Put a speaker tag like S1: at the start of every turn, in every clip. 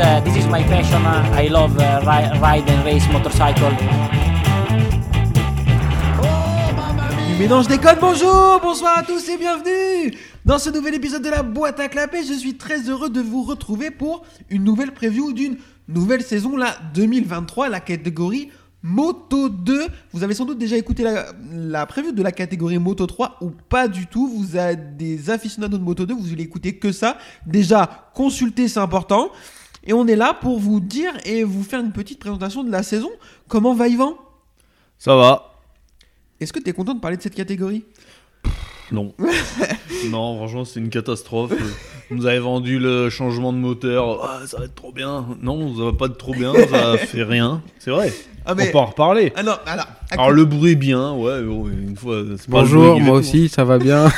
S1: Uh, my passion. I love uh, ri- ride and race motorcycle.
S2: Du mélange des codes, bonjour, bonsoir à tous et bienvenue dans ce nouvel épisode de la boîte à clapet. Je suis très heureux de vous retrouver pour une nouvelle preview d'une nouvelle saison, la 2023, la catégorie Moto 2. Vous avez sans doute déjà écouté la, la preview de la catégorie Moto 3 ou pas du tout. Vous avez des aficionados de Moto 2, vous voulez écouter que ça. Déjà, consultez, c'est important. Et on est là pour vous dire et vous faire une petite présentation de la saison. Comment va Yvan
S3: Ça va.
S2: Est-ce que tu es content de parler de cette catégorie
S3: Non. non, franchement, c'est une catastrophe. Vous nous avez vendu le changement de moteur. Ah, ça va être trop bien. Non, ça va pas être trop bien. Ça fait rien. C'est vrai.
S2: Ah, mais-
S3: On peut en reparler.
S2: Ah non, alors,
S3: Alors, le bruit est bien. Ouais, bon, une fois. c'est pas le
S4: Bonjour,
S3: bruit qui
S4: moi
S3: fait tout,
S4: aussi, ça va bien.
S3: hein.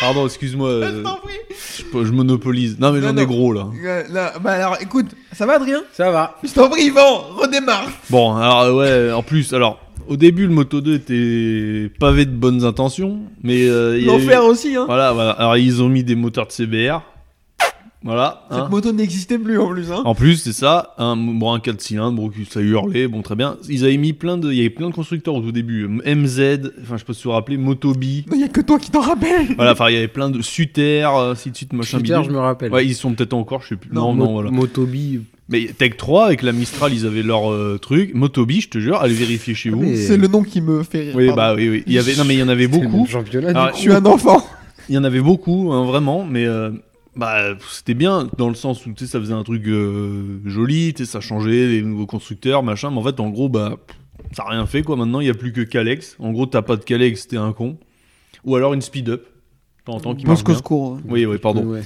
S3: Pardon, excuse-moi.
S2: Je
S3: euh,
S2: t'en prie.
S3: je, je monopolise. Non, mais
S2: Ah, Non,
S3: j'en
S2: non.
S3: ai gros là.
S2: Euh, là, bah alors, écoute, ça va Adrien
S4: ça va.
S2: Je t'en prie, Yvan, redémarre
S3: Bon, alors euh, ouais, en plus, alors. Au début, le Moto 2 était pavé de bonnes intentions, mais euh, il y a eu-
S2: L'enfer aussi, hein
S3: Voilà, voilà. Alors ils ont mis des moteurs de CBR. Voilà.
S2: Cette
S3: hein. Oh.
S2: moto n'existait plus en plus, hein
S3: En plus, c'est ça, un, bon, un 4 cylindres, bon, qui- ça hurlait, bon, très bien. Ils avaient mis plein de, il y avait plein de constructeurs au tout début, euh, MZ, enfin, je peux se rappeler, Motobi,
S2: Non, y a que toi qui t'en rappelles
S3: voilà, enfin, il y avait plein de Suter, euh, si de suite, machin
S4: Twitter, je
S3: bidule.
S4: me rappelle.
S3: Ouais, ils sont peut-être encore, je sais plus. Non,
S4: Mo-
S3: non, voilà.
S4: Motobi.
S3: Mais Tech 3, avec la Mistral, ils avaient leur euh, truc. Motobi, je te jure, allez vérifier chez vous.
S4: Ah, mais-
S2: C'est le nom qui me fait rire.
S3: Ah Oui,
S2: pardon.
S3: bah oui, oui. Il y avait, non, mais il y en avait beaucoup.
S4: Le championnat. du
S3: Ah,
S4: coup.
S2: Je suis un enfant
S3: Il y en avait beaucoup, hein, vraiment, mais euh, bah, pff, c'était bien dans le sens où tu sais, ça faisait un truc euh, joli, tu sais, ça changeait, les nouveaux constructeurs, machin, mais en fait, en gros, bah, pff, ça n'a rien fait, quoi. Maintenant, il n'y a plus que Calex. En gros, t'as pas de Calex, t'es un con. Ou alors une speed-up. En tant qu'il marche bien.
S2: secours.
S3: Oui, oui, pardon.
S4: Ouais.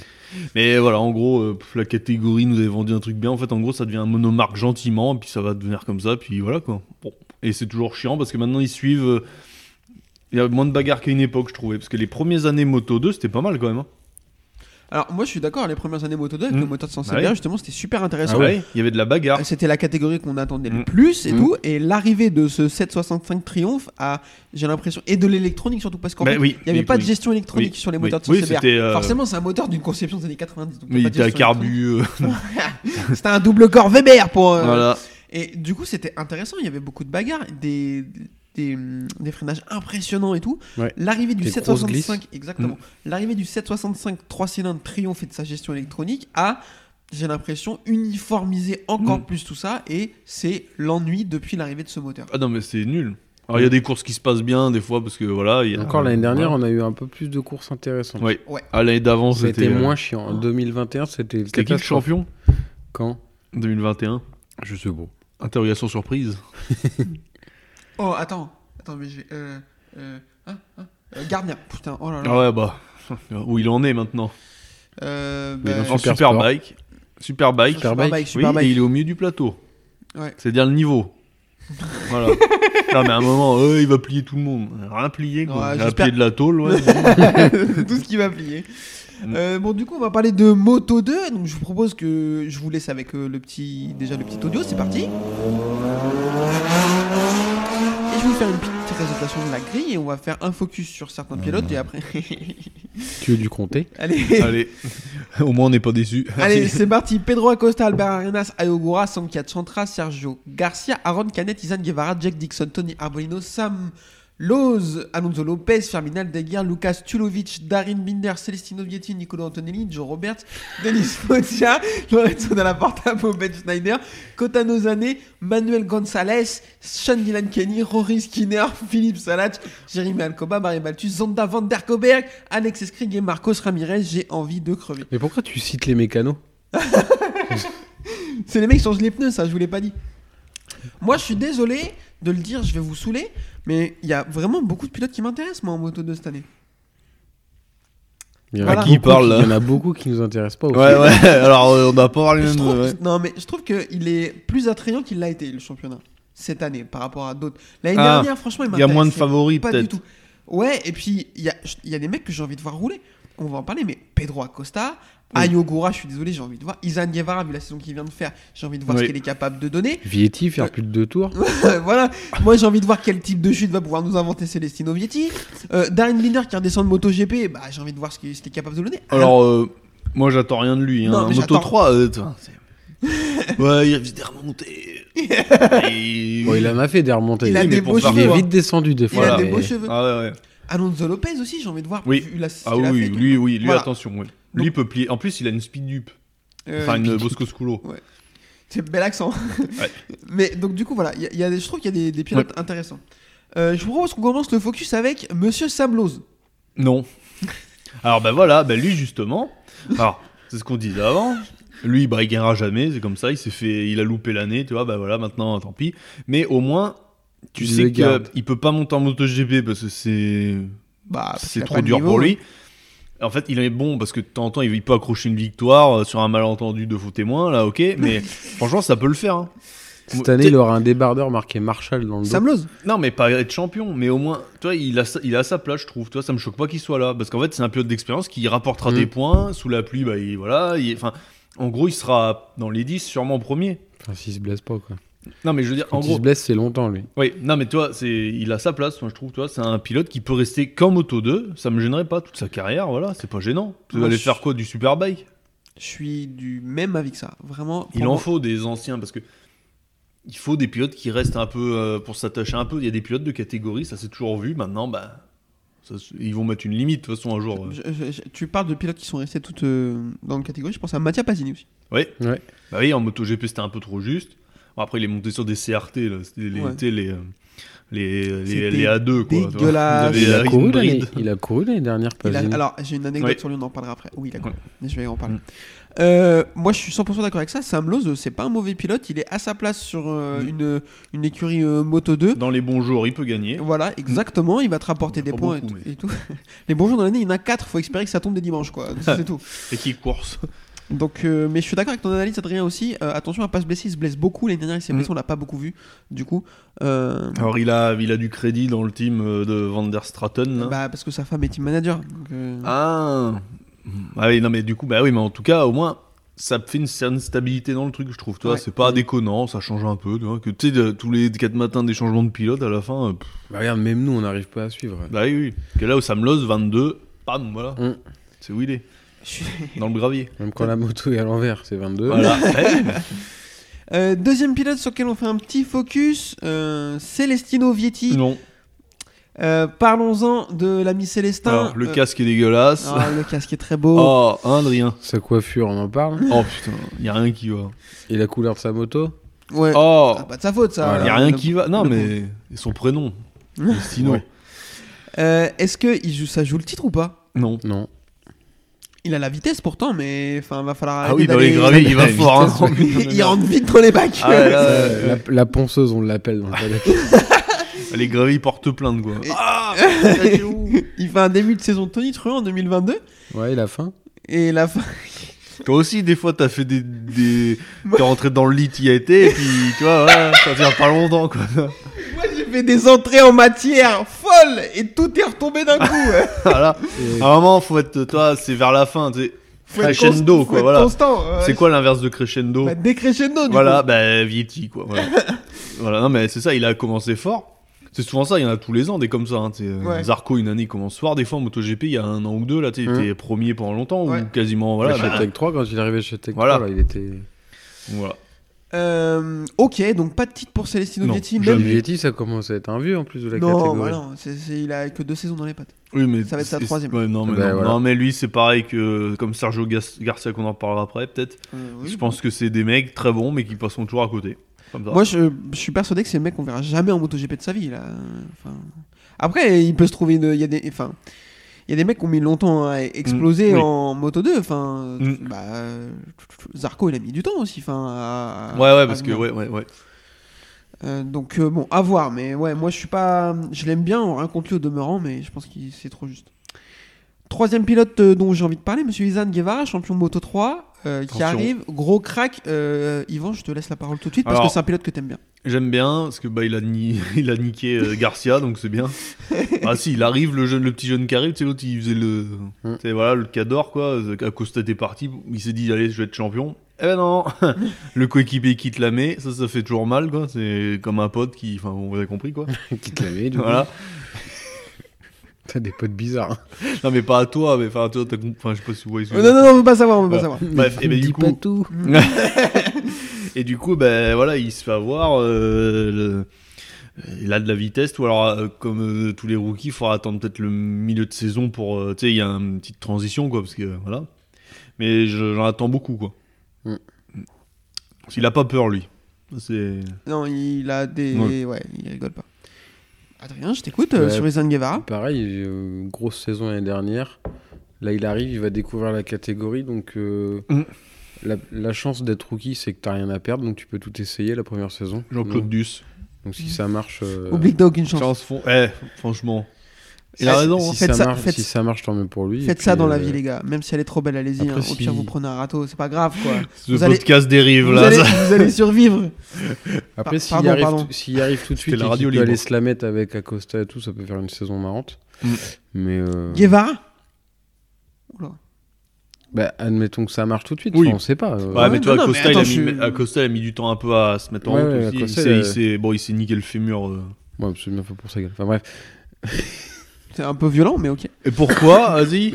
S3: Mais voilà, en gros, euh, pff, la catégorie nous avait vendu un truc bien. En fait, en gros, ça devient un monomarque gentiment, puis ça va devenir comme ça, puis voilà quoi. Bon. Et c'est toujours chiant parce que maintenant ils suivent. euh, Il y a moins de bagarres qu'à une époque, je trouvais. Parce que les premières années Moto 2, c'était pas mal quand même. hein.
S2: Alors, moi je suis d'accord, les premières années Moto 2 avec
S3: Mm.
S2: le moteur de 107
S3: Bah oui.
S2: justement, c'était super intéressant.
S3: Ah ouais, Il y avait de la bagarre.
S2: Euh, C'était la catégorie qu'on attendait le
S3: Mm.
S2: plus et
S4: Mm.
S2: tout. Et l'arrivée de ce 765 Triumph à, j'ai l'impression, et de l'électronique surtout, parce qu'en
S3: Bah
S2: fait,
S3: oui,
S2: il n'y avait
S3: oui,
S2: pas de
S3: oui.
S2: gestion électronique
S3: Oui,
S2: sur les
S3: oui.
S2: moteurs de
S3: Oui,
S2: 100 CBR.
S3: c'était, euh,
S2: Forcément, c'est un moteur d'une conception des années 90. donc
S3: Mais
S2: pas
S3: il
S2: de
S3: était à
S2: gestion électronique.
S3: carbu. euh,
S2: C'était un double corps Weber pour. euh,
S3: voilà.
S2: Et du coup, c'était intéressant. Il y avait beaucoup de bagarres, des, des, hum, des freinages impressionnants et tout.
S4: Ouais.
S2: L'arrivée du
S4: Des grosses
S2: 765, exactement.
S3: Mm.
S2: L'arrivée du 765 3 cylindres triomphe de sa gestion électronique a, j'ai l'impression, uniformisé encore
S3: Mm.
S2: plus tout ça. Et c'est l'ennui depuis l'arrivée de ce moteur.
S3: Ah non, mais c'est nul. Alors il y a des courses qui se passent bien des fois parce que voilà. il y a-
S4: Encore l'année dernière,
S3: Voilà.
S4: on a eu un peu plus de courses intéressantes.
S3: Ouais.
S2: Ouais.
S3: Ah, l'année d'avant, c'était.
S4: C'était
S3: euh,
S4: moins chiant. En 2021, c'était
S3: C'était qui le
S4: catastrophe.
S3: champion
S4: Quand
S3: 2021.
S4: Je sais pas.
S3: Interrogation surprise.
S2: Oh, attends, attends, mais j'ai. Euh, euh, hein, hein, euh, Gardner, putain, oh là là.
S3: Ah ouais, bah. Où il en est maintenant
S2: Euh,
S4: Mais
S2: bah,
S4: dans son
S3: Super,
S4: Super
S3: super
S4: sport.
S3: bike. Super bike.
S4: Superbike.
S2: Superbike,
S3: Oui,
S2: Superbike.
S3: et il est au milieu du plateau.
S2: Ouais.
S3: C'est dire le niveau. voilà. Non, mais à un moment, euh, il va plier tout le monde. Rien plié, quoi.
S2: Ouais,
S3: il a
S2: j'espère-
S3: plié de la tôle, ouais.
S2: C'est tout ce qui va plier.
S3: Mm.
S2: Euh, bon, du coup, on va parler de Moto 2. Donc, je vous propose que je vous laisse avec euh, le petit, déjà le petit audio. C'est parti. Et je vais vous faire une petite présentation de la grille et on va faire un focus sur certains pilotes et après.
S4: Tu veux du compter
S2: Allez. Allez.
S3: Allez, au moins on n'est pas déçus.
S2: c'est parti. Pedro Acosta, Albert Arenas, Ayogura, Sankia Chantra, Sergio Garcia, Aaron Canet, Izan Guevara, Jack Dixon, Tony Arbolino, Sam Loz, Alonso Lopez, Ferminal Deguer, Lucas Tulovic, Darin Binder, Celestino Vietti, Nicolo Antonelli, Joe Roberts, Denis Foggia, Lorenzo Dalla Porta, Ben Schneider, Kota Nozane, Manuel Gonzalez, Sean Dylan Kenny, Rory Skinner, Philippe Salac, Jérémy Alcoba, Marie Baltus, Zonda Van Der Koberg, Alex Escrig et Marcos Ramirez. J'ai envie de crever.
S4: Mais pourquoi tu cites les mécanos
S2: C'est les mecs qui changent les pneus, ça, je vous l'ai pas dit. Moi, je suis désolé de le dire, je vais vous saouler, mais il y a vraiment beaucoup de pilotes qui m'intéressent, moi, en moto 2 cette année.
S4: Il y en
S2: Voilà.
S4: a
S2: À
S3: qui il
S4: beaucoup
S3: parle, là
S4: Il y en a beaucoup qui nous intéressent pas. au
S3: Ouais,
S4: fait.
S3: ouais, alors euh, on n'a pas parlé
S2: Je
S3: même
S2: trouve-
S3: ouais.
S2: Non, mais je trouve qu'il est plus attrayant qu'il l'a été, le championnat, cette année, par rapport à d'autres. L'année
S3: Ah,
S2: dernière, franchement, il
S3: Il y a moins de
S2: m'intéressait
S3: favoris
S2: Pas du
S3: peut-être.
S2: tout. Ouais, et puis, il y a, il y a des mecs que j'ai envie de voir rouler. On va en parler, mais Pedro Acosta,
S3: Oui.
S2: Ayogura, je suis désolé, j'ai envie de voir. Izan Guevara, vu la saison qu'il vient de faire, j'ai envie de voir
S3: Oui.
S2: ce qu'il est capable de donner.
S4: Vietti, faire plus de deux tours.
S2: voilà, moi j'ai envie de voir quel type de chute va pouvoir nous inventer Celestino Vietti. Euh, Darren Binder qui redescend de MotoGP, bah,
S3: Oh,
S2: j'ai envie de voir ce qu'il était capable de donner.
S3: Alors, euh, moi j'attends rien de lui. Hein.
S2: Non, mais
S3: Moto
S2: j'attends-
S3: 3, euh, t'as- c'est- Ouais, il a des remontées. Et-
S4: Bon, il en a fait des remontées.
S2: Il a
S3: Oui, mais
S2: des
S3: pour
S2: beaux
S3: faire-
S4: Il est
S2: cheveux. hein.
S4: vite descendu des
S2: Il
S4: fois.
S2: a des
S4: mais-
S2: beaux cheveux.
S3: Ah ouais, ouais.
S2: Alonso Lopez aussi, j'ai envie de voir.
S3: Oui.
S2: vu la- ce
S3: Ah
S2: qu'il a
S3: oui,
S2: fait.
S3: lui, oui, lui,
S2: Voilà.
S3: attention, ouais. Lui peut plier. En plus, il a une speed dupe.
S2: Euh,
S3: Enfin, une Bosco Sculo.
S2: C'est bel accent.
S3: Ouais.
S2: Mais donc du coup voilà, il y a- il y a des- je trouve qu'il y a des, des pilotes intéressants. Euh, je vous propose qu'on commence le focus avec Monsieur Sablose.
S3: Non. Alors, bah voilà, bah lui, justement. Alors, c'est ce qu'on disait avant. Lui, bah, il gagnera jamais, c'est comme ça. Il s'est fait. Il a loupé l'année, tu vois, bah voilà, maintenant, tant pis. Mais au moins, tu
S4: Il le
S3: sais
S4: garde.
S3: qu'il peut pas monter en MotoGP parce que c'est.
S2: Bah, parce qu'il
S3: c'est
S2: a
S3: trop
S2: pas de
S3: dur
S2: niveau,
S3: pour
S2: hein.
S3: lui. En fait, il est bon parce que de temps en temps, il il peut accrocher une victoire euh, sur un malentendu de faux témoins, là, ok. Mais franchement, ça peut le faire. hein.
S4: Cette année, il aura un débardeur marqué Marshall dans le dos.
S2: Sablose.
S3: Non, mais pas être champion, mais au moins, tu vois, il a, sa- il a sa place, je trouve. Tu vois, ça me choque pas qu'il soit là, parce qu'en fait, c'est un pilote d'expérience qui rapportera
S4: Mm.
S3: des points sous la pluie. Bah, il, voilà, il- enfin, en gros, il sera dans les 10 sûrement premier.
S4: Enfin, s'il se blesse pas, quoi.
S3: Non, mais je veux dire,
S4: Quand
S3: en
S4: il
S3: gros,
S4: se blesse, c'est longtemps, lui.
S3: oui, non, mais toi, c'est, il a sa place, moi, je trouve. Tu vois, c'est un pilote qui peut rester qu'en moto 2. Ça me gênerait pas toute sa carrière, voilà, c'est pas gênant. Tu vas
S2: Moi,
S3: aller
S2: je-
S3: faire quoi du superbike
S2: Je suis du même avis que ça, vraiment.
S3: Il
S2: pour
S3: en
S2: moi-
S3: faut des anciens parce que il faut des pilotes qui restent un peu euh, pour s'attacher un peu. Il y a des pilotes de catégorie, ça c'est toujours vu. Maintenant, bah, ça, c'est- ils vont mettre une limite de toute façon un jour. euh.
S2: Je- je- je- tu parles de pilotes qui sont restés toutes euh, dans une catégorie. Je pense à Mattia Pasini aussi.
S3: Ouais.
S4: Ouais.
S3: Bah oui, en MotoGP c'était un peu trop juste. Bon, après, il est monté sur des CRT, là. C'était les,
S2: Ouais.
S3: tu sais, les, euh, les, les,
S2: C'était
S3: les A2 quoi. tu vois.
S2: dégueulasse.
S3: Vous avez,
S4: Il
S3: euh,
S4: a,
S3: une
S4: couru l'année,
S3: bride.
S4: il a couru l'année dernière,
S2: Il a-
S4: Pasini.
S2: alors, j'ai une anecdote
S3: Ouais.
S2: sur lui, on en parlera après. Oui, il a
S3: Ouais.
S2: mais je vais en parler.
S3: Mm.
S2: Euh, moi, je suis 100% d'accord avec ça. Sam Lowes, euh, c'est pas un mauvais pilote. Il est à sa place sur euh,
S3: Mm.
S2: une, une écurie euh, Moto 2.
S3: Dans les bons jours, il peut gagner.
S2: Voilà, exactement. Il va te rapporter des
S3: Pas
S2: points et
S3: beaucoup,
S2: tout-
S3: mais-
S2: et tout. Les bons jours dans l'année, il y en a 4. Faut espérer que ça tombe des dimanches, quoi. C'est tout.
S3: Et qui course.
S2: Donc, euh, mais je suis d'accord avec ton analyse, Adrien aussi. Euh, attention à pas se blesser. Il se blesse beaucoup. L'année dernière, il s'est
S3: Mm.
S2: blessé. On l'a pas beaucoup vu. Du coup, euh,
S3: Alors, il a, il a du crédit dans le team euh, de Van der Straten. là.
S2: bah, parce que sa femme est team manager. donc, euh,
S3: Ah. Ah oui, non, mais du coup, bah oui, mais en tout cas, au moins, ça fait une certaine stabilité dans le truc, je trouve. Toi,
S2: Ouais.
S3: c'est pas déconnant, ça change un peu. Tu vois, que tu sais, de- tous les 4 matins des changements de pilote à la fin. euh, pff,
S4: Bah, regarde, même nous, on n'arrive pas à suivre.
S3: bah oui, oui. Que là, où ça me lose, 22, pam, voilà.
S4: Mm.
S3: C'est où il est,
S2: je suis-
S3: dans le gravier.
S4: Même quand la moto est à l'envers, c'est 22.
S3: Voilà.
S2: Euh, deuxième pilote sur lequel on fait un petit focus, euh, Celestino Vietti.
S3: Eh, non.
S2: Euh, Parlons-en de l'ami Célestin.
S3: Alors, le
S2: Euh,
S3: casque est dégueulasse.
S2: ah, le casque est très beau.
S3: Oh, un de rien.
S4: Sa coiffure, on en parle.
S3: Oh putain, y a rien qui va.
S4: Et la couleur de sa moto
S2: Ouais.
S3: Oh,
S2: Ah, pas de sa faute ça.
S4: Voilà.
S3: y a rien
S2: Le-
S3: qui va. Non,
S2: le
S3: mais et son prénom. Sinon,
S4: Ouais.
S2: Euh, Est-ce que il joue, ça joue le titre ou pas
S3: non.
S4: Non.
S2: Il a la vitesse pourtant, mais enfin va falloir.
S3: Ah
S2: arrêter
S3: oui, dans les
S2: d'aller-
S3: graviers, il va
S4: Putain,
S3: fort. hein.
S4: c'est-
S2: il rentre vite dans les bacs.
S3: Ah ouais, là, ouais.
S4: Euh, la, la ponceuse, on l'appelle dans le paddock.
S3: Les graviers ils portent plainte quoi.
S2: Et-
S3: Ah
S2: il fait un début de saison tonitruant en 2022
S4: Ouais, il a faim.
S2: et la fin.
S3: Toi aussi des fois t'as fait des, des...
S2: Moi-
S3: t'es rentré dans le lit t'y as été et puis tu vois ouais, ça vient pas longtemps quoi.
S2: Moi j'ai fait des entrées en matière folles et tout est retombé d'un coup.
S3: Voilà.
S4: Et-
S3: À un moment faut être toi c'est vers la fin tu sais.
S2: Faut être
S3: Crescendo,
S2: const-
S3: quoi,
S2: faut être
S3: voilà.
S2: Constant. ouais.
S3: C'est quoi l'inverse de crescendo
S2: Bah, décrescendo du
S3: Voilà
S2: coup.
S3: bah Vietti quoi. Voilà. Voilà, non mais c'est ça il a commencé fort. C'est souvent ça, il y en a tous les ans des comme ça. hein, tu sais.
S2: Ouais. Hein.
S3: Zarco une année il commence fort, des fois en MotoGP il y a un an ou deux là tu
S4: Hum.
S3: étais premier pendant longtemps
S2: Ouais.
S3: ou quasiment voilà.
S4: chez
S3: bah,
S4: Tech 3, quand il est arrivé chez Tech
S3: Voilà.
S4: 3, là, il était.
S3: voilà.
S2: Euh, ok, donc pas de titre pour Celestino
S3: Non,
S2: Vietti.
S3: jamais.
S2: Même...
S4: Même Vietti, ça commence à être un vieux en plus de la
S2: Non,
S4: catégorie.
S2: bah non c'est- c'est- il a que deux saisons dans les pattes.
S3: Oui, mais
S2: Ça va être sa
S3: c'est-
S2: troisième.
S3: ouais, non, mais
S4: Ben,
S3: non.
S4: voilà.
S3: Non, mais lui, c'est pareil que comme Sergio Gas- Garcia, qu'on en parlera après, peut-être.
S2: Euh, oui.
S3: Je pense que c'est des mecs très bons, mais qui passeront toujours à côté. Comme ça.
S2: Moi, je, je suis persuadé que c'est le mec qu'on verra jamais en MotoGP de sa vie. Là. Enfin, Après, il peut se trouver. une- Il y a des. Enfin. Il y a des mecs qui ont mis longtemps à exploser
S3: Mm, oui.
S2: en Moto 2. Enfin,
S3: Mm.
S2: bah, euh, Zarco, il a mis du temps aussi. Enfin, à- à-
S3: ouais, ouais,
S2: à
S3: parce que,
S2: venir.
S3: ouais, ouais, ouais.
S2: Euh, donc euh, bon, à voir, mais ouais, moi je suis pas. Je l'aime bien, rien contre lui au demeurant, mais je pense que c'est trop juste. Troisième pilote euh, dont j'ai envie de parler, monsieur Izan Guevara, champion de Moto 3, euh, qui
S3: Attention.
S2: arrive, gros crack. Euh, Yvan, je te laisse la parole tout de suite parce
S3: Alors-
S2: que c'est un pilote que t'aimes bien.
S3: J'aime bien, parce que, bah, il a, ni- il a niqué euh, Garcia, donc c'est bien. ah, si, il arrive, le, jeune, le petit jeune qui arrive, tu sais, l'autre, il faisait le.
S4: Hum.
S3: Tu sais, voilà, le cador, quoi. Acosta était parti, il s'est dit, allez, je vais être champion. Eh ben non Le coéquipier quitte la met, ça, ça fait toujours mal, quoi. C'est comme un pote qui. Enfin, vous avez compris, quoi.
S4: Qui te l'avait, du coup.
S3: voilà.
S4: T'as des potes bizarres. hein.
S3: Non, mais pas à toi, mais enfin, à toi, t'as compris. Enfin, je sais pas si vous voyez ce que
S2: Euh,
S3: je veux eh
S2: non, non, non, on veut pas savoir, on veut
S3: Voilà.
S2: pas savoir.
S3: Bref, et ben,
S4: Dis
S3: du
S4: pas
S3: coup.
S4: tout.
S3: ben, Et du coup, ben voilà, il se fait avoir. euh, le- Il a de la vitesse, ou alors, euh, comme euh, tous les rookies, il faudra attendre peut-être le milieu de saison pour. euh, tu sais, il y a une petite transition, quoi, parce que euh, voilà. Mais je- j'en attends beaucoup, quoi.
S4: Mm.
S3: Il a pas peur, lui. C'est.
S2: Non, il a des. Ouais,
S3: Ouais.
S2: il rigole pas. Adrien, je t'écoute euh,
S4: Ouais.
S2: sur Izan
S3: Ah.
S2: Guevara.
S4: Pareil, euh, grosse saison l'année dernière. Là, il arrive, il va découvrir la catégorie. Donc, euh,
S3: Mm.
S4: la, la chance d'être rookie, c'est que t'as rien à perdre. Donc, tu peux tout essayer la première saison.
S3: Jean-Claude
S4: Non.
S3: Duss.
S4: Donc, si ça marche. euh,
S2: Oublie que t'as aucune chance.
S3: Charles Font. Eh, franchement. Il
S2: Ah,
S3: a raison.
S4: Si,
S3: hein.
S2: Faites
S4: ça,
S2: ça-
S4: marche,
S2: faites-
S4: si ça marche, tant mieux pour lui. et
S2: Faites
S4: puis,
S2: ça dans la
S4: euh,
S2: vie, les gars. Même si elle est trop belle, allez-y. hein.
S4: après,
S2: Au pire,
S4: si-
S2: vous prenez un râteau. C'est pas grave, quoi.
S3: Ce
S2: vous allez-
S3: podcast dérive,
S2: vous,
S3: là.
S2: allez,
S3: ça.
S2: vous allez survivre.
S4: Après,
S2: Par-
S4: s'il
S2: pardon,
S4: arrive,
S2: pardon.
S4: tout- s'il arrive tout de suite,
S3: la
S4: et
S3: radio
S4: qu'il peut
S3: libre.
S4: aller se la mettre avec Acosta et tout, ça peut faire une saison marrante.
S3: Mm.
S4: Mais euh,
S2: Guevara Oula.
S4: bah, admettons que ça marche tout de suite,
S3: Oui.
S4: enfin, on sait pas. euh,
S3: Ouais, mais toi,
S2: non, non, mais
S3: Acosta, il
S2: attends,
S3: a
S2: je
S3: mis,
S2: suis-
S3: Acosta, il a mis du temps un peu à se mettre en
S4: Ouais,
S3: route
S4: ouais,
S3: aussi. Il
S4: Acosta,
S3: s'est-
S2: euh,
S4: il a-
S3: il s'est- bon, il s'est niqué le fémur. euh.
S4: Ouais, c'est bien fait pour ça. Enfin bref,
S2: C'est un peu violent, mais ok.
S3: Et pourquoi Vas-y.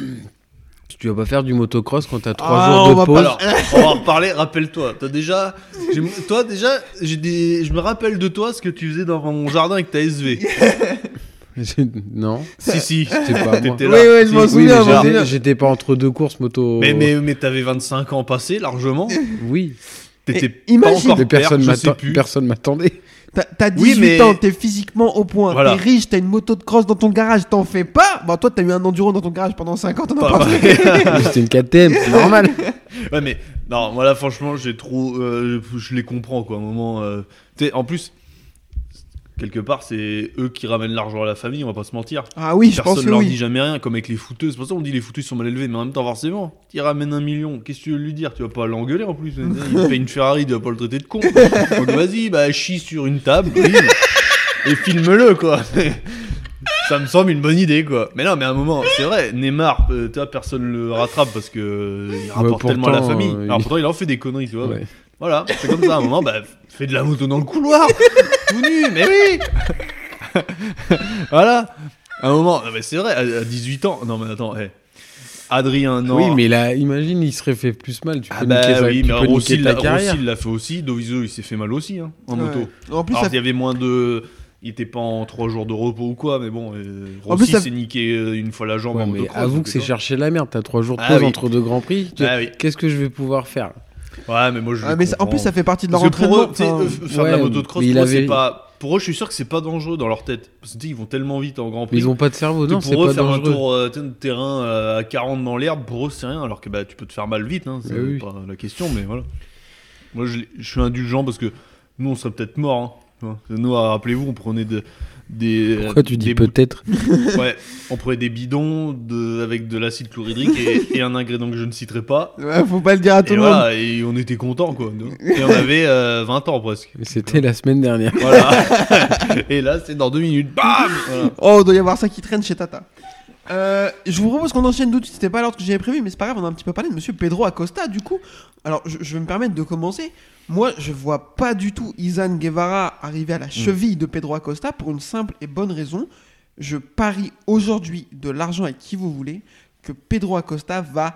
S4: tu vas pas faire du motocross quand t'as 3
S2: Ah, on
S4: jours
S2: va pas-
S4: de pause.
S3: Alors, on va en reparler. Rappelle-toi. T'as déjà. j'ai- Toi, déjà, j'ai des... je me rappelle de toi ce que tu faisais dans mon jardin avec ta SV.
S4: non,
S3: si, si.
S4: c'est pas moi.
S3: T'étais
S2: Oui,
S3: là.
S2: oui, je
S3: Si.
S2: m'en
S4: Oui,
S2: souviens.
S4: mais
S2: je m'en
S3: Gérard.
S4: j'étais-
S2: souviens.
S4: j'étais pas entre deux courses moto.
S3: Mais, mais, mais t'avais 25 ans passé largement.
S4: oui,
S3: T'étais
S2: Et
S3: pas
S2: imagine-
S3: encore
S4: mais personne
S3: père, je
S4: m'atta-
S3: sais plus.
S4: personne m'attendait.
S2: T'as- T'as
S3: Oui,
S2: 18
S3: mais-
S2: ans, t'es physiquement au point.
S3: Voilà.
S2: T'es riche, t'as une moto de cross dans ton garage, t'en fais pas. Bah, toi, t'as eu un enduro dans ton garage pendant 5 ans, t'en as
S3: Pas
S2: pas
S3: vrai.
S2: fait.
S4: Mais C'était une KTM, c'est normal.
S3: Ouais, mais non, moi là, franchement, j'ai trop. euh, je les comprends, quoi. À un moment. euh, tu sais, en plus, quelque part, c'est eux qui ramènent l'argent à la famille, on va pas se mentir.
S2: Ah oui, je
S3: Personne
S2: pense que
S3: leur
S2: oui.
S3: dit jamais rien, comme avec les fouteuses. C'est pour ça qu'on dit les fouteuses sont mal élevées, mais en même temps, forcément, il ramène un million. Qu'est-ce que tu veux lui dire Tu vas pas l'engueuler en plus. Il te fait une Ferrari, tu vas pas le traiter de con. Donc vas-y, bah chie sur une table, brille, et filme-le, quoi. Ça me semble une bonne idée, quoi. Mais non, mais à un moment, c'est vrai, Neymar, euh, tu vois, personne le rattrape parce que euh, il rapporte
S4: pourtant,
S3: tellement à la famille.
S4: euh,
S3: Alors
S4: il-
S3: pourtant, il en fait des conneries, tu vois.
S4: Ouais.
S3: Voilà, c'est comme ça, à un moment, bah, fais de la moto dans le couloir, tout nu, mais oui Voilà, à un moment, non, mais c'est vrai, à à 18 ans, non mais attends, hé. Adrien, non.
S4: Oui, mais là, imagine, il serait fait plus mal. Tu peux
S3: Ah bah
S4: niquer sa-
S3: oui,
S4: tu
S3: mais
S4: peux
S3: Rossi
S4: niquer
S3: l'a
S4: ta carrière.
S3: Rossi l'a fait aussi, Doviso il s'est fait mal aussi, hein, en
S2: Ouais.
S3: moto.
S2: En plus,
S3: Alors
S2: ça
S3: il y avait moins de... Il était pas en 3 jours de repos ou quoi, mais bon, euh,
S2: En plus,
S3: Rossi
S2: ça-
S3: s'est niqué euh, une fois la jambe
S4: Ouais,
S3: en
S4: mais
S3: motocross,
S4: avoue
S3: donc,
S4: que c'est
S3: tu vois.
S4: chercher la merde. T'as trois jours de
S3: Ah
S4: pause
S3: oui.
S4: entre deux grands prix. Tu-
S3: Ah oui.
S4: Qu'est-ce que je vais pouvoir faire
S3: Ouais, mais moi je
S2: Ah,
S3: le
S2: mais ça- en plus,
S3: comprends.
S2: ça fait partie de leur
S3: Parce que pour
S2: entraînement.
S3: eux, tu sais,
S2: enfin,
S3: eux, faire de
S4: ouais,
S3: la moto de cross,
S4: mais il
S3: pour, eux,
S4: avait-
S3: c'est pas... pour eux, je suis sûr que c'est pas dangereux dans leur tête. Parce que, tu sais, ils vont tellement vite en Grand
S4: Mais
S3: Prix.
S4: ils ont pas de cerveau.
S3: que
S4: Non, c'est
S3: pour eux,
S4: pas
S3: faire un
S4: dangereux.
S3: tour euh, tu sais, de terrain euh, à 40 dans l'herbe, pour eux, c'est rien. Alors que bah, tu peux te faire mal vite, hein, c'est
S4: Mais Bah oui.
S3: pas la question, mais voilà. Moi, je, l'ai- je suis indulgent parce que nous, on serait peut-être morts. hein, tu vois. Nous, ah, rappelez-vous, on prenait de- des.
S4: Pourquoi tu
S3: des
S4: dis peut-être
S3: bou- Ouais, on prenait des bidons de- avec de l'acide chlorhydrique et, et un ingrédient que je ne citerai pas.
S2: ouais, faut pas le dire à tout
S3: euh, Et
S2: le monde.
S3: voilà, et on était contents, quoi. nous. Et on avait euh, 20 ans presque.
S4: Mais C'était la semaine dernière.
S3: Voilà. et là, c'est dans deux minutes. Bam Voilà.
S2: Oh, il doit y avoir ça qui traîne chez Tata. Euh, je vous propose qu'on enchaîne d'autres. C'était pas l'ordre que j'avais prévu, mais c'est pas grave. On a un petit peu parlé de Monsieur Pedro Acosta. Du coup, alors je, je vais me permettre de commencer. Moi, je vois pas du tout Izan Guevara arriver à
S3: Hmm.
S2: la cheville de Pedro Acosta pour une simple et bonne raison. Je parie aujourd'hui de l'argent avec qui vous voulez que Pedro Acosta va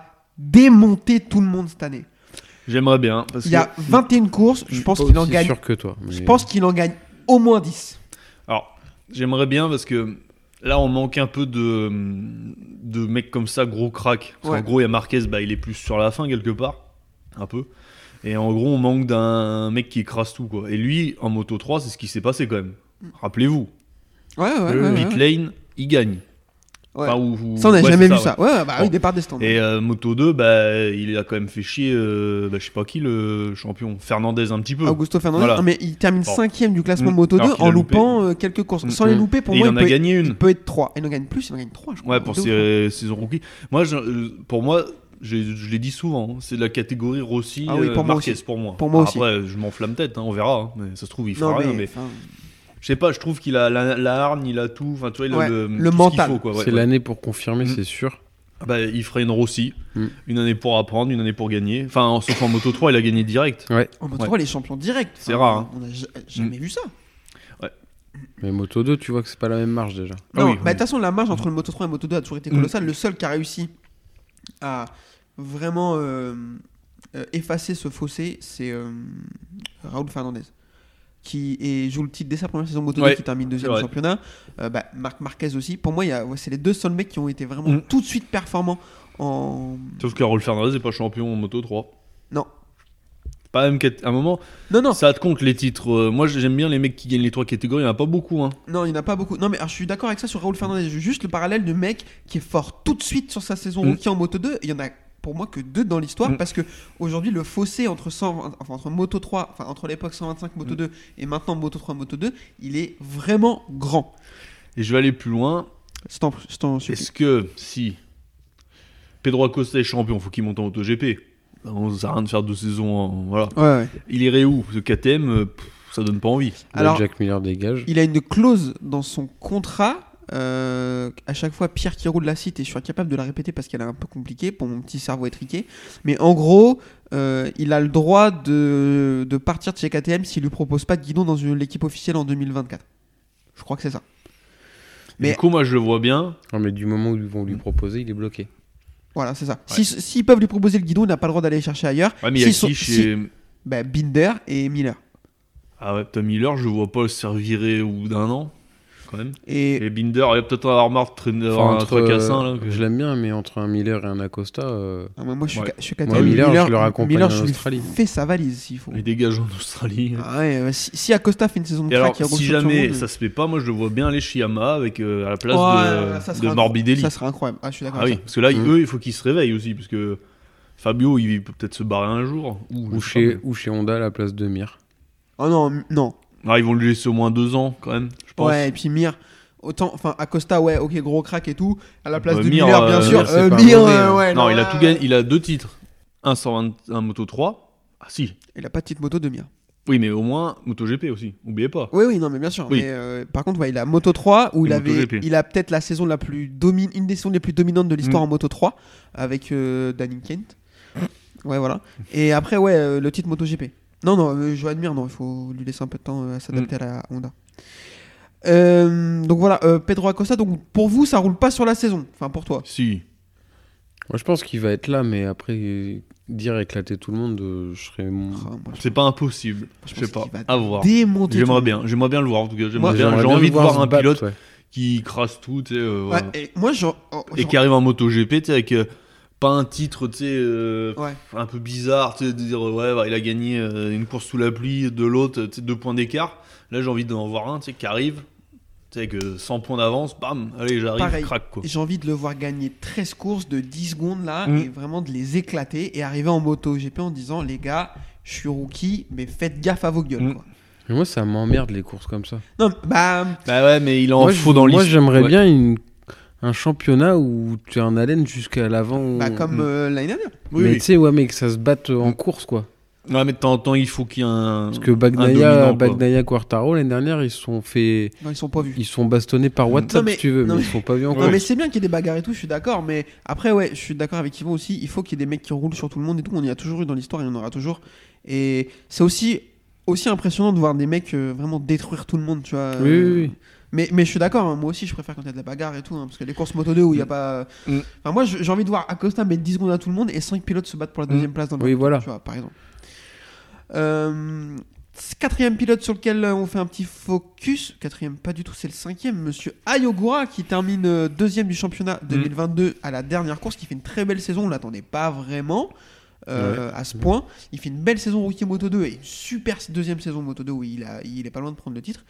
S2: démonter tout le monde cette année.
S3: J'aimerais bien. Parce Hmm. Oh,
S2: Il y a 21 courses. Je pense qu'il en
S4: Aussi
S2: gagne.
S4: sûr que toi. mais-
S2: Je pense qu'il en gagne au moins 10.
S3: que... Alors, j'aimerais bien parce que là, on manque un peu de, de mecs comme ça, gros crack. Parce
S2: Ouais.
S3: En gros, il y a Marquez, bah, il est plus sur la fin quelque part. Un peu. Et en gros, on manque d'un mec qui écrase tout. Quoi. Et lui, en moto 3, c'est ce qui s'est passé quand même. Rappelez-vous,
S2: Ouais, ouais, ouais.
S3: le
S2: ouais,
S3: pit
S2: ouais.
S3: lane, il gagne.
S2: Ouais.
S3: Enfin, ou- ou-
S2: Ça, on n'a
S3: ouais,
S2: jamais
S3: c'est
S2: vu ça. Ouais, ouais, bah oui,
S3: Bon.
S2: départ des stands.
S3: Et euh, Moto 2, bah, il a quand même fait chier, euh, bah, je sais pas qui, le champion. Fernandez un petit peu.
S2: Augusto Fernandez,
S3: Voilà.
S2: non, mais il termine
S3: Bon.
S2: cinquième du classement
S3: Mm.
S2: Moto 2
S3: Alors qu'il
S2: en
S3: a loupé.
S2: loupant euh, quelques courses.
S3: Mm.
S2: Sans les louper, pour
S3: Et
S2: moi,
S3: il en
S2: peut
S3: a
S2: être- hein.
S3: gagné une.
S2: il peut être 3. Il en gagne plus, il en gagne 3, je crois.
S3: Ouais, pour
S2: Deux ou
S3: ses
S2: trois.
S3: euh, saisons rookies. Moi, je- euh, pour moi, j'ai- je, l'ai dit souvent, hein, c'est de la catégorie Rossi,
S2: Ah oui,
S3: euh,
S2: pour moi
S3: Marquez
S2: aussi.
S3: pour moi. Ah,
S2: Pour moi
S3: Après, je m'enflamme peut-être, hein, on verra. hein, mais ça se trouve, il fera
S2: Non,
S3: rien.
S2: mais,
S3: Mais
S2: enfin,
S3: je sais pas, je trouve qu'il a la, la hargne, il a tout. Enfin, tu vois, il a
S2: Ouais, le
S3: le, tout ce qu'il
S2: mental.
S3: faut, quoi, ouais,
S4: C'est
S3: ouais.
S4: l'année pour confirmer,
S3: Mm.
S4: c'est sûr.
S3: Bah, il fera une Rossi,
S4: Mm.
S3: une année pour apprendre, une année pour gagner. Enfin, en- sauf en Moto 3, il a gagné direct.
S2: En Moto
S3: Ouais.
S2: 3, les champions directs.
S3: C'est
S2: Enfin,
S3: rare, hein.
S2: On n'a ja- jamais vu ça.
S4: Mais Moto 2, tu vois que c'est pas la même marge déjà.
S3: Ah
S2: Non, bah,
S3: oui,
S2: de
S3: oui.
S2: toute façon, la marge entre le Moto 3 et le Moto 2 a toujours été
S3: Mm.
S2: colossale. Le seul qui a réussi à vraiment euh, euh, effacer ce fossé, c'est euh, Raoul Fernandez. Qui est- joue le titre dès sa première saison moto
S3: Ouais,
S2: qui termine deuxième
S3: c'est
S2: au
S3: vrai.
S2: championnat. Euh, bah, Marc Marquez aussi. Pour moi, il y a- ouais, c'est les deux seuls mecs qui ont été vraiment
S3: Mm.
S2: tout de suite performants en.
S3: Sauf que Raoul Fernandez n'est pas champion en moto 3.
S2: Non.
S3: Pas même qu'à un moment,
S2: Non, non,
S3: ça te compte les titres. Euh, Moi j'aime bien les mecs qui gagnent les trois catégories, il n'y en a pas beaucoup. Hein.
S2: non, il n'y en a pas beaucoup. Non, mais alors, je suis d'accord avec ça sur Raoul Fernandez. Juste le parallèle du mec qui est fort tout de suite sur sa saison
S3: Mm.
S2: rookie en moto 2. Il y en a pour moi que deux dans l'histoire
S3: Mm.
S2: parce que aujourd'hui le fossé entre 100 enfin, entre moto 3 enfin entre l'époque 125
S3: Mm.
S2: moto 2 et maintenant moto 3 moto 2 il est vraiment grand
S3: Et je vais aller plus loin.
S2: Je t'en- je t'en supplie.
S3: Est-ce que si Pedro Acosta est champion, faut qu'il monte en MotoGP. On sert à rien de faire deux saisons. en- Voilà.
S2: Ouais, ouais.
S3: Il irait où Ce KTM, euh, pff, ça donne pas envie.
S2: Alors-
S4: Alors, Jack Miller dégage.
S2: Il a une clause dans son contrat. euh, à chaque fois, Pierre qui roule la cite, et je suis incapable de la répéter parce qu'elle est un peu compliquée pour mon petit cerveau étriqué. Mais en gros, euh, il a le droit de, de partir de chez KTM s'il lui propose pas de guidon dans une- l'équipe officielle en 2024. Je crois que c'est ça. Mais-
S3: Du coup, moi je le vois bien.
S4: Non, mais du moment où ils vont lui
S3: Mm.
S4: proposer, il est bloqué.
S2: Voilà, c'est ça. Si- S'ils peuvent lui proposer le guidon, il n'a pas le droit d'aller chercher ailleurs.
S3: Ouais, mais il y a
S2: S'ils sont-
S3: qui
S2: si-
S3: chez.
S2: bah, Binder et Miller.
S3: Ah ouais, Tom Miller, je le vois pas se revirer au bout d'un an. Quand même.
S2: Et,
S3: Et Binder, il y a peut-être un Armard traîner
S4: Enfin,
S3: un
S4: entre,
S3: truc à cinq,
S4: euh,
S3: là. que-
S4: Je l'aime bien, mais entre un Miller et un Acosta, euh,
S2: Ah, moi, moi, je suis,
S3: Ouais.
S2: ca- je suis
S4: Moi,
S2: KTM.
S4: Miller, je le raccompagne
S2: Miller,
S4: en
S2: je lui
S4: Australie.
S2: fais sa valise s'il faut.
S3: Il dégage en Australie.
S2: Ah ouais, euh, si, si Acosta fait une saison de
S3: Et alors,
S2: track,
S3: si jamais ça se fait pas, moi je le vois bien aller chez Yamaha avec, euh, à la place de, de Morbidelli.
S2: Ça serait incroyable. Ah, je suis d'accord.
S3: Ah oui,
S2: avec
S3: parce que là,
S4: Mm.
S3: eux, il faut qu'ils se réveillent aussi, parce que Fabio, il peut peut-être se barrer un jour. Ou, je
S4: ou,
S3: sais
S4: chez,
S3: pas.
S4: ou chez Honda à la place de Mir.
S2: ça. Oh non, m- non.
S3: Ah, ils vont lui laisser au moins deux ans, quand même, je pense.
S2: Ouais, et puis Mir. Autant, enfin, Acosta, ouais, ok, gros crack et tout. À la place
S3: Bah,
S2: de
S3: Mir,
S2: Miller, bien
S3: euh,
S2: sûr.
S4: Mir, c'est
S2: Euh,
S4: pas
S2: Mir,
S4: mauvais,
S2: euh,
S4: hein.
S2: ouais.
S3: non, il a
S2: là,
S3: tout gagné, il a deux titres. Un 121 Moto 3. Ah si.
S2: Il a pas de petite moto de Mir.
S3: Oui, mais au moins MotoGP aussi, oubliez pas.
S2: Oui, oui, non, mais bien sûr.
S3: Oui.
S2: Mais, euh, par contre, ouais, il a Moto 3 où il
S3: Et
S2: avait,
S3: MotoGP.
S2: il a peut-être la saison la plus domine, une des saisons les plus dominantes de l'histoire
S3: Mm.
S2: en Moto 3 avec euh, Danny Kent. Ouais, voilà. Et après, ouais, euh, le titre MotoGP. Non, non, euh, je l'admire. Non, il faut lui laisser un peu de temps euh, à s'adapter
S3: Mm.
S2: à la Honda. Euh, donc voilà, euh, Pedro Acosta. Donc pour vous, ça roule pas sur la saison. Enfin pour toi.
S3: Si.
S4: Moi, je pense qu'il va être là, mais après, euh, dire éclater tout le monde, euh, je serais. mon-
S2: Ah, moi, je-
S3: C'est pas impossible.
S2: je
S3: Je
S2: pense
S3: Mm. sais pas.
S2: qu'il va
S3: À voir.
S2: Démonter.
S3: J'aimerais
S2: tout.
S3: bien. J'aimerais bien le voir en tout cas. J'aimerais
S2: Moi,
S3: bien.
S4: j'aimerais
S3: J'ai
S4: bien
S3: envie
S4: le
S3: de voir
S4: se
S3: un
S4: battre,
S3: pilote
S4: ouais.
S3: qui crasse tout, tu sais, euh,
S2: Ouais,
S3: voilà.
S2: et moi, je. oh,
S3: et
S2: je-
S3: qui arrive en MotoGP, tu sais, avec euh, pas un titre, tu sais, euh,
S2: Ouais.
S3: un peu bizarre, tu sais, de dire ouais, bah, il a gagné euh, une course sous la pluie, de l'autre, tu sais, deux points d'écart. Là, j'ai envie d'en voir un, tu sais, qui arrive, tu sais, avec euh, 100 points d'avance, bam, allez,
S2: Pareil.
S3: j'arrive, crac quoi.
S2: J'ai envie de le voir gagner 13 courses de 10 secondes là
S3: Mm.
S2: et vraiment de les éclater et arriver en moto GP en disant les gars, je suis rookie, mais faites gaffe à vos gueules.
S3: Mm.
S2: Quoi.
S4: Mais moi, ça m'emmerde les courses comme ça.
S2: Non, bah,
S3: Bah ouais, mais il en
S4: moi, je-
S3: faut dans
S4: moi,
S3: l'histoire.
S4: j'aimerais
S3: Ouais.
S4: bien une- un championnat où tu as un haleine jusqu'à l'avant.
S2: bah, comme
S3: Mm.
S2: euh, l'année dernière.
S3: Oui,
S4: mais
S3: oui.
S4: tu sais, ouais, mais que ça se batte
S3: Mm.
S4: euh, en course, quoi.
S3: Ouais, mais de temps en temps, il faut qu'il y ait un.
S4: Parce que
S3: dominant,
S4: Bagnaia,
S3: quoi.
S4: Bagnaia Quartaro, l'année dernière, ils se sont fait.
S2: Non, ils sont pas vus.
S4: Ils sont bastonnés par WhatsApp,
S2: mais-
S4: si tu veux,
S2: non,
S4: mais
S2: mais-
S4: ils sont pas vus en
S3: Ouais.
S4: course.
S2: Non mais c'est bien qu'il y ait des bagarres et tout, je suis d'accord, mais après ouais, je suis d'accord avec Yvon aussi, il faut qu'il y ait des mecs qui roulent sur tout le monde et tout, on y a toujours eu dans l'histoire, il y en aura toujours. Et c'est aussi, aussi impressionnant de voir des mecs euh, vraiment détruire tout le monde, tu vois.
S4: Oui, oui, oui.
S2: Mais, mais je suis d'accord, hein, moi aussi je préfère quand il y a de la bagarre et tout, hein, parce que les courses Moto 2 où il n'y a pas...
S3: Mm.
S2: Enfin moi je- j'ai envie de voir Acosta mettre 10 secondes à tout le monde et 5 pilotes se battent pour la deuxième place dans le
S4: Oui, voilà.
S2: tu vois, par exemple. Euh, c'est quatrième pilote sur lequel euh, on fait un petit focus. Quatrième, pas du tout, c'est le cinquième. Monsieur Ayogura qui termine euh, deuxième du championnat 2022 à la dernière course, qui fait une très belle saison. On l'attendait pas vraiment. euh, à ce point, il fait une belle saison rookie Moto 2 et une super deuxième saison Moto 2 où il, a, il est pas loin de prendre le titre.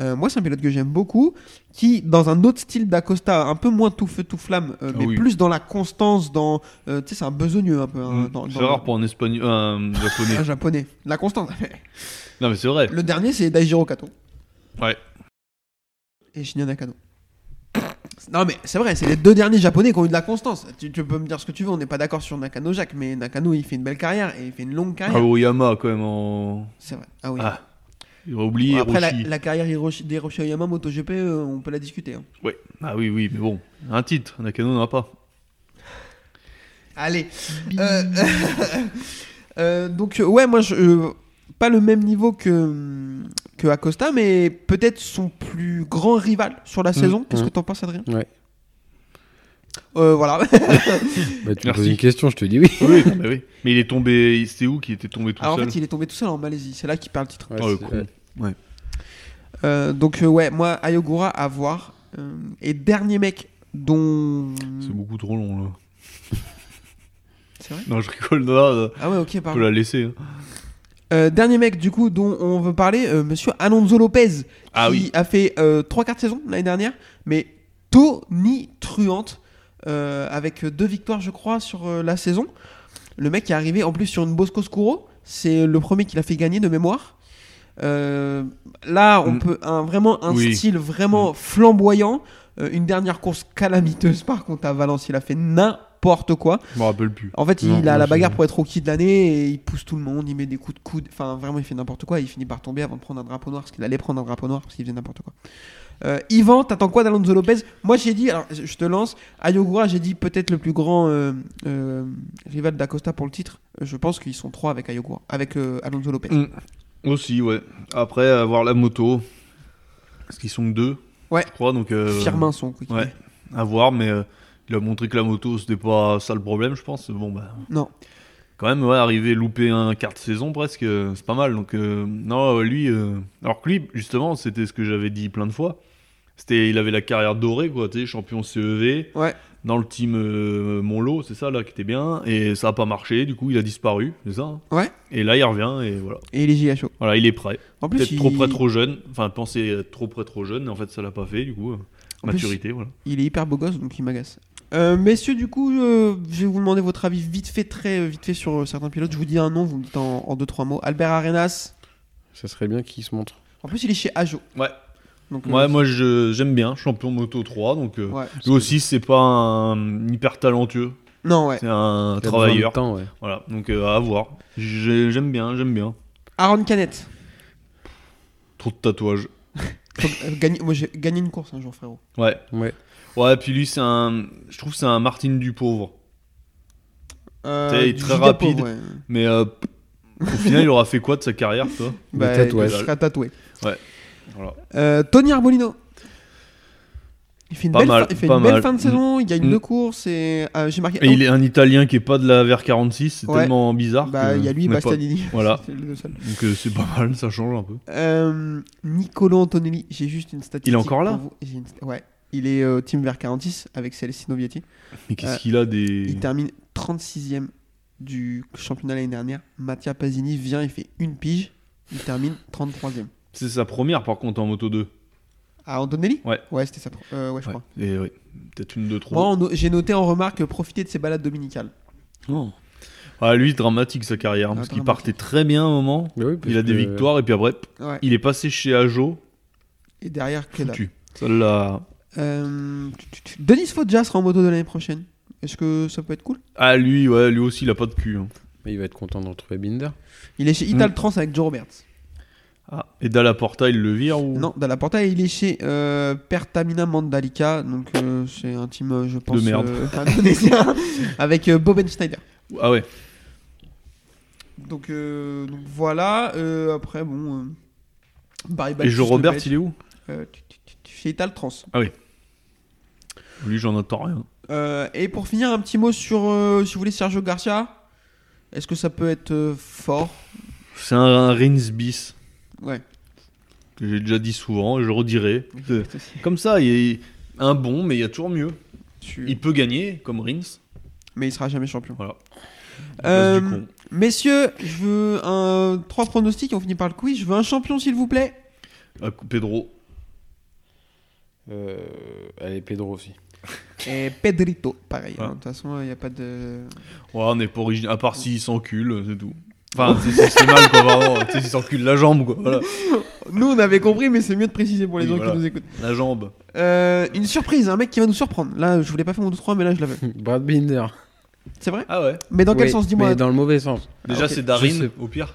S2: Euh, moi, c'est un pilote que j'aime beaucoup, qui, dans un autre style d'Acosta, un peu moins tout feu tout flamme, euh,
S3: Ah
S2: mais
S3: oui.
S2: plus dans la constance, dans euh, tu sais, c'est un besogneux un peu, hein,
S3: Mm.
S2: dans-
S3: C'est
S2: dans-
S3: rare pour un espagnol, un japonais.
S2: un japonais. La constante. Ah,
S3: non, mais c'est vrai.
S2: Le dernier, c'est Daijiro Kato.
S3: Ouais.
S2: Et Shinya Nakano. Non, mais c'est vrai, c'est les deux derniers japonais qui ont eu de la constance. Tu, tu peux me dire ce que tu veux, on n'est pas d'accord sur Nakano Jacques, mais Nakano, il fait une belle carrière et il fait une longue carrière.
S3: Aoyama, quand même, en.
S2: C'est vrai. Ah oui.
S3: Ah, Il aurait oublié.
S2: Après, la,
S3: Hiroshi.
S2: la carrière Hiroshi- d'Hiroshi Oyama, MotoGP, euh, on peut la discuter. hein.
S3: Ah oui, oui, mais bon. Un titre, Nakano n'en a pas.
S2: Allez. Euh, euh, donc, euh, ouais, moi, je, euh, pas le même niveau que, que Acosta, mais
S3: Mm,
S2: peut-être son plus grand rival sur la saison. Qu'est-ce que t'en penses, Adrien Euh, voilà.
S4: Bah, tu me
S3: euh, Merci.
S4: poses une question, je te dis oui.
S3: Oui, non, mais oui. Mais il est tombé. il- C'était où qui était tombé tout
S2: Alors en
S3: seul
S2: fait, il est tombé tout seul en Malaisie. C'est là qu'il perd le titre.
S4: Ouais,
S3: Oh, le
S4: c'est-
S3: con.
S4: ouais.
S2: Euh, donc euh, ouais, moi Ayogura à voir. Euh, et dernier mec dont.
S3: C'est beaucoup trop long là.
S2: C'est vrai
S3: Non, je rigole là. euh,
S2: Ah ouais, ok,
S3: On
S2: pardon.
S3: peut la laisser. hein.
S2: Euh, dernier mec du coup dont on veut parler, euh, Monsieur Alonso Lopez,
S3: Ah
S2: qui
S3: oui.
S2: a fait euh, trois quarts de saison l'année dernière, mais tonitruante euh, avec deux victoires je crois sur euh, la saison. Le mec est arrivé en plus sur une Bosco Scuro, c'est le premier qu'il a fait gagner de mémoire. Euh, là, on
S3: Mm.
S2: peut un, vraiment un
S3: Oui. Mm.
S2: style vraiment flamboyant. Euh, une dernière course calamiteuse par contre à Valence, il a fait n'importe quoi.
S3: Je me rappelle plus.
S2: En fait,
S4: Non,
S2: il a
S4: non,
S2: la
S4: je-
S2: bagarre pour être rookie de l'année et il pousse tout le monde, il met des coups de coude. Enfin, vraiment, il fait n'importe quoi. Il finit par tomber avant de prendre un drapeau noir parce qu'il allait prendre un drapeau noir parce qu'il faisait n'importe quoi. Euh, Yvan, t'attends quoi d'Alonso Lopez Moi, j'ai dit, alors je je te lance, Ayogura, j'ai dit peut-être le plus grand euh, euh, rival d'Acosta pour le titre. Euh, Je pense qu'ils sont trois avec Ayogura, avec euh, Alonso Lopez.
S3: Mm. Aussi, ouais. Après, avoir la moto. Parce qu'ils sont que deux.
S2: Ouais.
S3: Je crois. Donc, euh,
S2: Firmin son coéquipier.
S3: Ouais. À voir, mais euh, il a montré que la moto, c'était pas ça le problème, je pense. Bon, bah.
S2: Non.
S3: Quand même, ouais, arriver louper un quart de saison presque, euh, c'est pas mal. Donc, euh, non, euh, lui. euh, Alors que lui, justement, c'était ce que j'avais dit plein de fois. C'était, il avait la carrière dorée, quoi. Tu sais, champion CEV.
S2: Ouais.
S3: Dans le team euh, Monlo, c'est ça, là, qui était bien. Et ça a pas marché, du coup, il a disparu, c'est ça hein
S2: Ouais.
S3: Et là, il revient, et voilà.
S2: Et il est giga chaud.
S3: Voilà, il est prêt.
S2: En plus,
S3: Peut-être
S2: il...
S3: trop près, trop jeune. Enfin, penser euh, trop près, trop jeune. En fait, ça l'a pas fait, du coup. euh,
S2: En plus,
S3: maturité, voilà.
S2: Il est hyper beau gosse, donc il m'agace. Euh, messieurs, du coup, euh, je vais vous demander votre avis vite fait, très euh, vite fait sur euh, certains pilotes. Je vous dis un nom, vous me dites en, en deux trois mots. Albert Arenas.
S4: Ça serait bien qu'il se montre.
S2: En plus, il est chez Ajo.
S3: Ouais.
S2: Donc,
S3: Ouais,
S2: euh,
S3: moi, je- j'aime bien. Champion moto 3, donc. euh,
S2: ouais.
S3: Lui aussi, c'est pas un hyper talentueux.
S2: Non, ouais.
S3: C'est un
S4: Il a
S3: travailleur.
S4: 20 ans, ouais.
S3: Voilà, donc euh, à voir. J'ai- J'aime bien, j'aime bien.
S2: Aaron Canet.
S3: Trop de tatouages.
S2: Faut que- euh, gagner- moi, j'ai gagné une course un jour, frérot.
S3: Ouais.
S4: Ouais.
S3: Ouais, puis lui, c'est un. Je trouve que c'est un Martin du pauvre.
S2: Euh,
S3: T'es
S2: du
S3: très
S2: Giga
S3: rapide.
S2: Pauvre, ouais.
S3: Mais euh, au final, il aura fait quoi de sa carrière, toi
S2: Bah,
S4: tatouage.
S2: Il sera tatoué.
S3: Voilà.
S2: Euh, Tony Arbolino. Il fait une,
S3: Pas
S2: belle,
S3: mal,
S2: fin, il fait
S3: pas
S2: une belle
S3: mal.
S2: fin de saison, il gagne
S3: Mm.
S2: deux courses et euh, j'ai marqué.
S3: Et il est un Italien qui est pas de la VR46, c'est
S2: Ouais.
S3: tellement bizarre.
S2: Bah,
S3: que
S2: il y a lui et
S3: on est pas-
S2: Bastianini.
S3: Voilà.
S2: C'est les deux seuls.
S3: Donc euh, c'est pas mal, ça change un peu.
S2: Euh, Nicolo Antonelli, j'ai juste une statistique.
S3: Il est encore là
S2: pour vous. J'ai une sta- Ouais, il est euh, Team Vert 46 avec Celestino Vietti.
S3: Mais qu'est-ce
S2: Ouais.
S3: qu'il a des.
S2: Il termine 36ème du championnat l'année dernière. Mattia Pasini vient, il fait une pige. Il termine 33ème.
S3: C'est sa première, par contre, en moto 2.
S2: Ah, Antonelli
S3: Ouais.
S2: Ouais, c'était ça. Euh, ouais, je
S3: Ouais.
S2: crois.
S3: Et ouais. Peut-être une de trop.
S2: Moi, en no- j'ai noté en remarque euh, profiter de ses balades dominicales.
S3: Oh. Ah, lui, dramatique sa carrière, hein,
S2: Ah,
S3: parce qu'il
S2: dramatique.
S3: partait très bien à un moment.
S4: Mais oui, parce
S3: Il a des
S4: que-
S3: victoires et puis après, p-
S2: Ouais.
S3: il est passé chez Ajo,
S2: Et derrière, Kedat.
S3: foutu. Celle-là.
S2: Euh, tu- tu- tu- Denis Foggia sera en moto de l'année prochaine. Est-ce que ça peut être cool
S3: Ah lui, ouais, lui aussi, il a pas de cul. hein.
S4: Mais il va être content de retrouver Binder.
S2: Il
S3: Mm.
S2: est chez Ital Trans avec Joe Roberts.
S3: Ah. Et Dalla Porta, il le vire ou
S2: Non, Dalla Porta, il est chez euh, Pertamina Mandalika, donc euh, c'est un team, euh, je pense,
S3: merde.
S2: euh, indonésien, avec euh, Boben Schneider.
S3: Ah ouais.
S2: Donc, euh, donc voilà, euh, après, bon. euh, Barry
S3: et
S2: Bacchus,
S3: Joe
S2: le
S3: Robert,
S2: Belge,
S3: il est où
S2: euh, tu- tu- tu- tu- chez Ital Trans.
S3: Lui, j'en entends rien.
S2: Euh, et pour finir, un petit mot sur, euh, si vous voulez, Sergio Garcia. Est-ce que ça peut être euh, fort
S3: C'est un, un Rins bis
S2: Ouais.
S3: que j'ai déjà dit souvent et je redirai. C'est- Comme ça, il est un bon, mais il y a toujours mieux.
S2: Tu-
S3: Il peut gagner comme Rins.
S2: Mais il sera jamais champion.
S3: Voilà.
S2: Euh,
S3: Du con.
S2: Messieurs, je veux un... trois pronostics, on finit par le quiz. Je veux un champion, s'il vous plaît.
S3: Ah, Pedro.
S4: Euh, allez, Pedro aussi.
S2: Et Pedrito, pareil. hein. De
S3: Voilà.
S2: toute façon, il n'y a pas de.
S3: Ouais, on n'est pas original. À part s'il s'encule, c'est tout. Enfin, c'est- c'est c'est mal, quoi, vraiment. Tu sais, S'il s'encule la jambe, quoi. Voilà.
S2: Nous, on avait compris, mais c'est mieux de préciser pour les
S3: Oui,
S2: gens
S3: voilà.
S2: qui nous écoutent.
S3: La jambe.
S2: Euh, une surprise, un mec qui va nous surprendre. Là, je voulais pas faire mon 2-3, mais là, je l'avais.
S4: Brad Binder.
S2: C'est vrai
S3: Ah ouais.
S2: Mais dans quel
S4: Oui,
S2: sens
S4: mais
S2: Dis-moi.
S4: Dans le mauvais sens.
S3: Déjà,
S2: Ah, ok.
S3: c'est
S4: Je
S3: Darin,
S4: sais.
S3: au pire.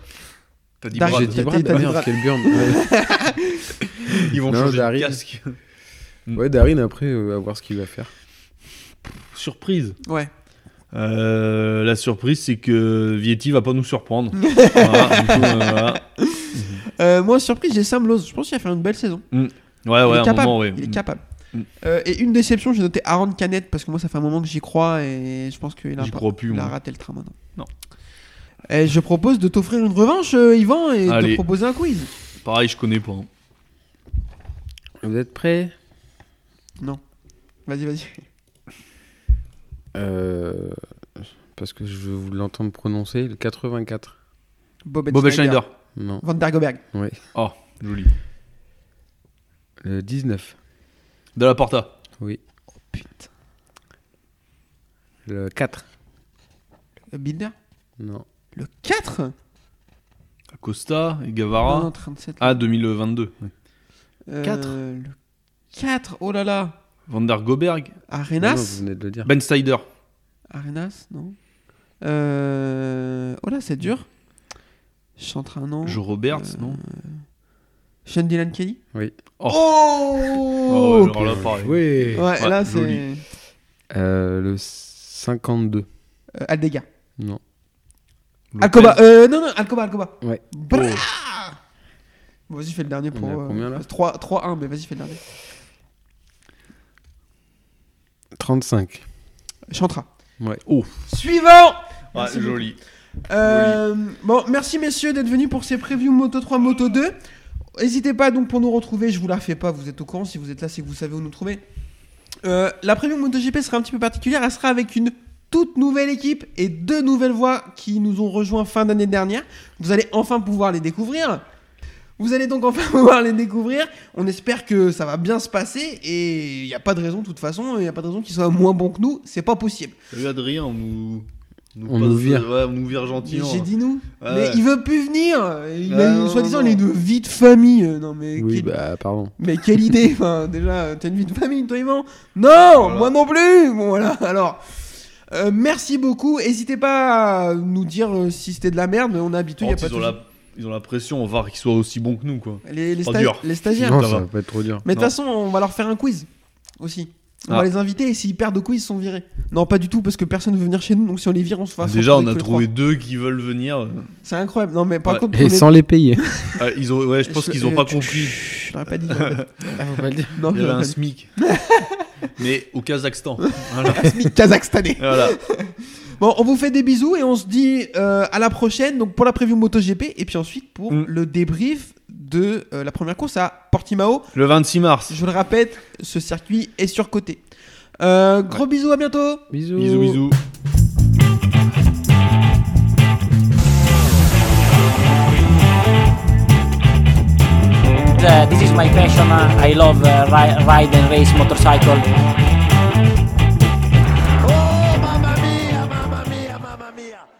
S3: T'as dit
S2: Darin,
S3: Brad.
S4: J'ai dit
S2: t'as-
S4: Brad,
S2: t'as dit
S4: merde,
S2: Brad.
S4: quel burn. Ouais,
S3: Ils vont
S4: Non,
S3: changer
S4: Darin.
S3: de casque.
S4: Ouais, Darin, après, euh, à voir ce qu'il va faire.
S3: Surprise.
S2: Ouais.
S3: Euh, la surprise, c'est que Vietti va pas nous surprendre. Voilà, du coup, euh, voilà.
S2: Euh, moi, surprise, j'ai Sam Lowe. Je pense qu'il va faire une belle saison.
S3: Ah Ouais, ouais,
S2: il est
S3: un
S2: capable.
S3: moment, ouais.
S2: Il est capable.
S3: Mm.
S2: Euh, et une déception, j'ai noté Aaron Canet parce que moi ça fait un moment que j'y crois et je pense qu'il a,
S3: J'y
S2: pas-
S3: crois plus,
S2: il a
S3: moi.
S2: raté le train maintenant.
S3: Non.
S2: Et je propose de t'offrir une revanche, euh, Yvan, et de te
S3: Allez.
S2: proposer un quiz.
S3: Pareil, je connais pas. hein.
S4: Vous êtes prêts
S2: Vas-y, vas-y.
S4: Euh, Parce que je veux vous l'entendre prononcer, le 84.
S2: Bob,
S3: Bob Schneider.
S4: Non,
S2: Van der Goberg.
S4: ouais.
S3: Oh, joli.
S4: Le 19.
S3: De la Porta.
S4: Oui.
S2: Putain.
S4: Le 4.
S2: Euh, Binder
S4: Non.
S2: Le 4
S3: Costa et
S2: Non,
S3: Gavara.
S2: non, 37.
S3: Ah, 2022.
S2: Euh,
S3: quatre.
S2: Le 4 Oh là là
S3: Van der Goberg.
S4: Non, non,
S2: Arenas
S4: vous venez de le dire.
S3: Ben Snyder.
S2: Arenas, non euh... Oh là, c'est dur. Je suis en train, non
S3: Joe Roberts, non
S2: Sean Dylan Kelly
S4: Oui. Euh,
S3: Oh.
S2: Oh
S4: Ah
S3: Ah alors là, pareil.
S4: Oui.
S2: Ouais,
S3: Ouais,
S2: là,
S3: joli.
S2: c'est.
S4: Euh, le 52.
S2: Euh, Aldega.
S4: Non.
S3: Lopez.
S4: Ah,
S2: Alcoba. Euh, non, non, Alcoba, Alcoba.
S4: Ouais.
S2: Brrr.
S4: Oh,
S2: Bon, vas-y, fais le dernier pour.
S4: On est à
S2: euh,
S4: combien, là
S2: 3 3-1, mais vas-y, fais le dernier.
S4: 35.
S2: Chantra.
S4: Ouais.
S3: Oh.
S2: Suivant
S3: Ouais,
S2: Merci beaucoup.
S3: Ah, joli.
S2: Euh, bon, merci messieurs d'être venus pour ces previews Moto 3, Moto 2. N'hésitez pas donc pour nous retrouver, je vous la fais pas, vous êtes au courant, si vous êtes là, c'est que vous savez où nous trouver. Euh, la preview MotoGP sera un petit peu particulière, elle sera avec une toute nouvelle équipe et deux nouvelles voix qui nous ont rejoints fin d'année dernière. Vous allez enfin pouvoir les découvrir. Vous allez donc enfin pouvoir les découvrir. On espère que ça va bien se passer et il n'y a pas de raison de toute façon, il n'y a pas de raison qu'ils soient moins bons que nous, c'est pas possible.
S3: Salut Adrien, on nous.
S4: On nous vire.
S3: Ouais, on nous vire
S2: Mais
S3: gentiment.
S2: J'ai dit nous.
S3: Ouais,
S2: mais
S3: ouais.
S2: il veut plus venir. Il
S3: Ah,
S2: a,
S3: non,
S2: soi-disant,
S3: non,
S2: il a
S3: non.
S2: une vie de famille. Euh, Non, mais,
S4: Oui,
S2: quelle-
S4: bah, pardon.
S2: mais quelle idée. Enfin, déjà, euh, t'as une vie de famille, toi, Yvan Non, moi non plus. Bon, voilà. Alors, euh, merci beaucoup. N'hésitez pas à nous dire euh, si c'était de la merde. On est habitué.
S3: Par
S2: Y a
S3: contre,
S2: pas de
S3: ils, ont
S2: souci.
S3: Oh, la... ils ont la pression, on va voir qu'ils soient aussi bons que nous, quoi.
S2: les, les
S3: Oh,
S2: sta-
S3: dur.
S2: les stagiaires.
S4: Non,
S3: ça
S4: ça
S3: va.
S4: va pas être trop dur.
S2: Mais de
S3: Non.
S2: toute façon, on va leur faire un quiz aussi. On
S3: Ah.
S2: va les inviter et s'ils perdent au quiz, ils sont virés. Non, pas du tout, parce que personne veut venir chez nous. Donc, si on les vire, on se fera.
S3: Déjà, on
S2: retrouver
S3: a
S2: tous les
S3: trouvé deux qui veulent venir. euh.
S2: trois. C'est incroyable. Non, mais par
S3: Ouais.
S2: contre,
S4: Et
S2: prenez-
S4: sans les payer.
S3: Ah, ils ont... Ouais, je pense
S2: Je-
S3: qu'ils ont
S2: euh,
S3: pas
S2: tu-
S3: compris.
S2: Je l'aurais pas dit. je l'aurais pas dit. Non,
S3: Il y
S2: je
S3: avait
S2: l'aurais
S3: un
S2: pas dit.
S3: SMIC. mais au Kazakhstan. Voilà.
S2: Smith kazakhstanais.
S3: Voilà.
S2: Bon, on vous fait des bisous et on se dit euh, à la prochaine. Donc pour la preview MotoGP et puis ensuite pour
S3: Mm.
S2: le débrief de euh, la première course à Portimao.
S3: Le 26 mars.
S2: Je le répète, ce circuit est surcoté. Euh, gros bisous, à bientôt.
S4: Bisous.
S3: Bisous, bisous.
S1: Uh, this is my passion. Uh, I love uh, ri- ride and race motorcycle.
S5: Oh, mamma mia, mamma mia, mamma mia!